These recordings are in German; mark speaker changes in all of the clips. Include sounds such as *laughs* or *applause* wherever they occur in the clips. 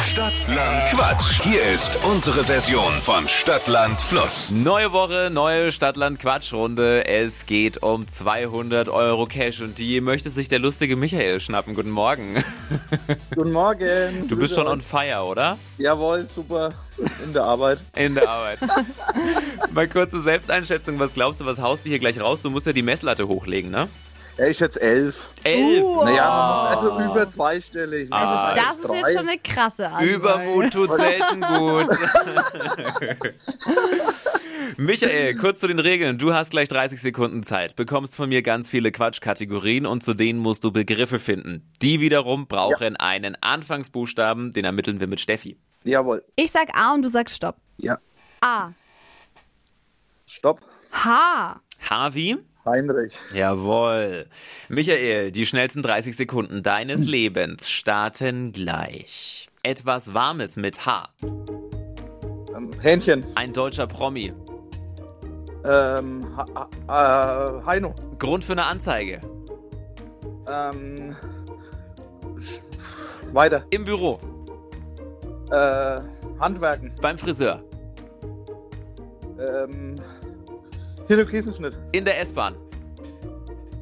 Speaker 1: Stadtland Quatsch. Hier ist unsere Version von Stadtland Fluss.
Speaker 2: Neue Woche, neue Stadtland-Quatschrunde. Es geht um 200 Euro Cash und die möchte sich der lustige Michael schnappen. Guten Morgen.
Speaker 3: Guten Morgen.
Speaker 2: Du bist schon on
Speaker 3: und
Speaker 2: fire, oder?
Speaker 3: Jawohl, super. In der *laughs* Arbeit.
Speaker 2: In der Arbeit. Mal kurze Selbsteinschätzung. Was glaubst du, was haust du hier gleich raus? Du musst ja die Messlatte hochlegen, ne?
Speaker 3: Ja, ich schätze elf.
Speaker 2: Elf.
Speaker 3: Naja, also über zweistellig.
Speaker 2: Also
Speaker 3: Nein,
Speaker 2: das
Speaker 3: alles
Speaker 4: Das ist jetzt
Speaker 3: drei.
Speaker 4: schon eine krasse Antwort.
Speaker 2: Übermut tut selten gut. Michael, kurz zu den Regeln. Du hast gleich 30 Sekunden Zeit, bekommst von mir ganz viele Quatschkategorien und zu denen musst du Begriffe finden. Die wiederum brauchen einen Anfangsbuchstaben, den ermitteln wir mit Steffi.
Speaker 3: Jawohl.
Speaker 4: Ich sag A und du sagst Stopp.
Speaker 3: Ja.
Speaker 4: A.
Speaker 3: Stopp.
Speaker 4: H.
Speaker 2: Harvey?
Speaker 3: Heinrich.
Speaker 2: Jawohl. Michael, die schnellsten 30 Sekunden deines Lebens starten gleich. Etwas Warmes mit H.
Speaker 3: Ähm, Hähnchen.
Speaker 2: Ein deutscher Promi.
Speaker 3: Ähm, ha ha- äh, Heino.
Speaker 2: Grund für eine Anzeige.
Speaker 3: Ähm, sch- weiter.
Speaker 2: Im Büro.
Speaker 3: Äh, Handwerken.
Speaker 2: Beim Friseur.
Speaker 3: Ähm, Hirokäsenschnitt.
Speaker 2: In der S-Bahn.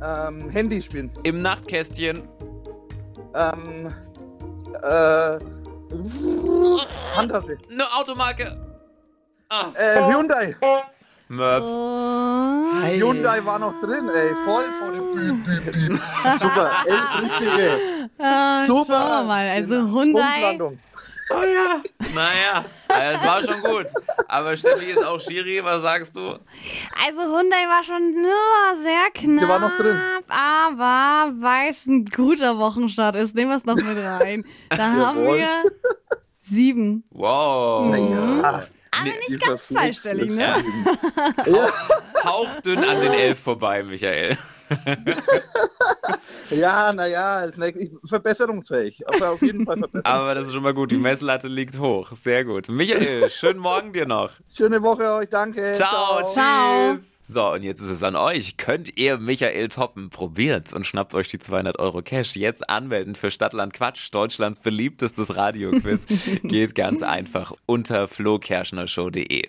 Speaker 3: Ähm, Handy spielen.
Speaker 2: Im Nachtkästchen.
Speaker 3: Ähm, äh, Handtasche.
Speaker 2: Eine Automarke.
Speaker 4: Oh.
Speaker 3: Äh, Hyundai.
Speaker 4: Äh,
Speaker 2: Möp.
Speaker 4: Und
Speaker 3: Hyundai war noch drin, ey. Voll vor dem Büb, Büb,
Speaker 4: *laughs*
Speaker 3: Büb. Super, elf richtige.
Speaker 4: äh,
Speaker 3: Super. Genau.
Speaker 4: schauen wir mal. Also Hyundai.
Speaker 3: Punktlandung.
Speaker 2: Naja, also es war schon gut. Aber Steffi ist auch Schiri, was sagst du?
Speaker 4: Also Hyundai war schon nur sehr knapp.
Speaker 3: war noch drin.
Speaker 4: Aber weil es ein guter Wochenstart ist, nehmen wir es noch mit rein. Da haben
Speaker 3: Jawohl.
Speaker 4: wir
Speaker 3: *laughs*
Speaker 4: sieben.
Speaker 2: Wow.
Speaker 4: Hm?
Speaker 3: Ja,
Speaker 4: Aber
Speaker 2: Nee,
Speaker 4: nicht ganz zweistellig, ne?
Speaker 2: Ja. Hauchdünn an den Elf vorbei, Michael.
Speaker 3: Ja, naja, verbesserungsfähig. Aber auf jeden Fall
Speaker 4: *laughs* Ah.
Speaker 3: verbessert.
Speaker 2: Aber das ist schon mal gut. Die Messlatte liegt hoch. Sehr gut. Michael, schönen Morgen dir noch.
Speaker 3: Schöne Woche euch, danke.
Speaker 2: Ciao,
Speaker 4: Ciao.
Speaker 2: tschüss. So, und jetzt ist es an euch. Könnt ihr Michael toppen? Probiert's und schnappt euch die 200 Euro Cash. Jetzt anmelden für Stadtland Quatsch, Deutschlands beliebtestes Radioquiz. Geht ganz einfach unter flokerschnershow.de.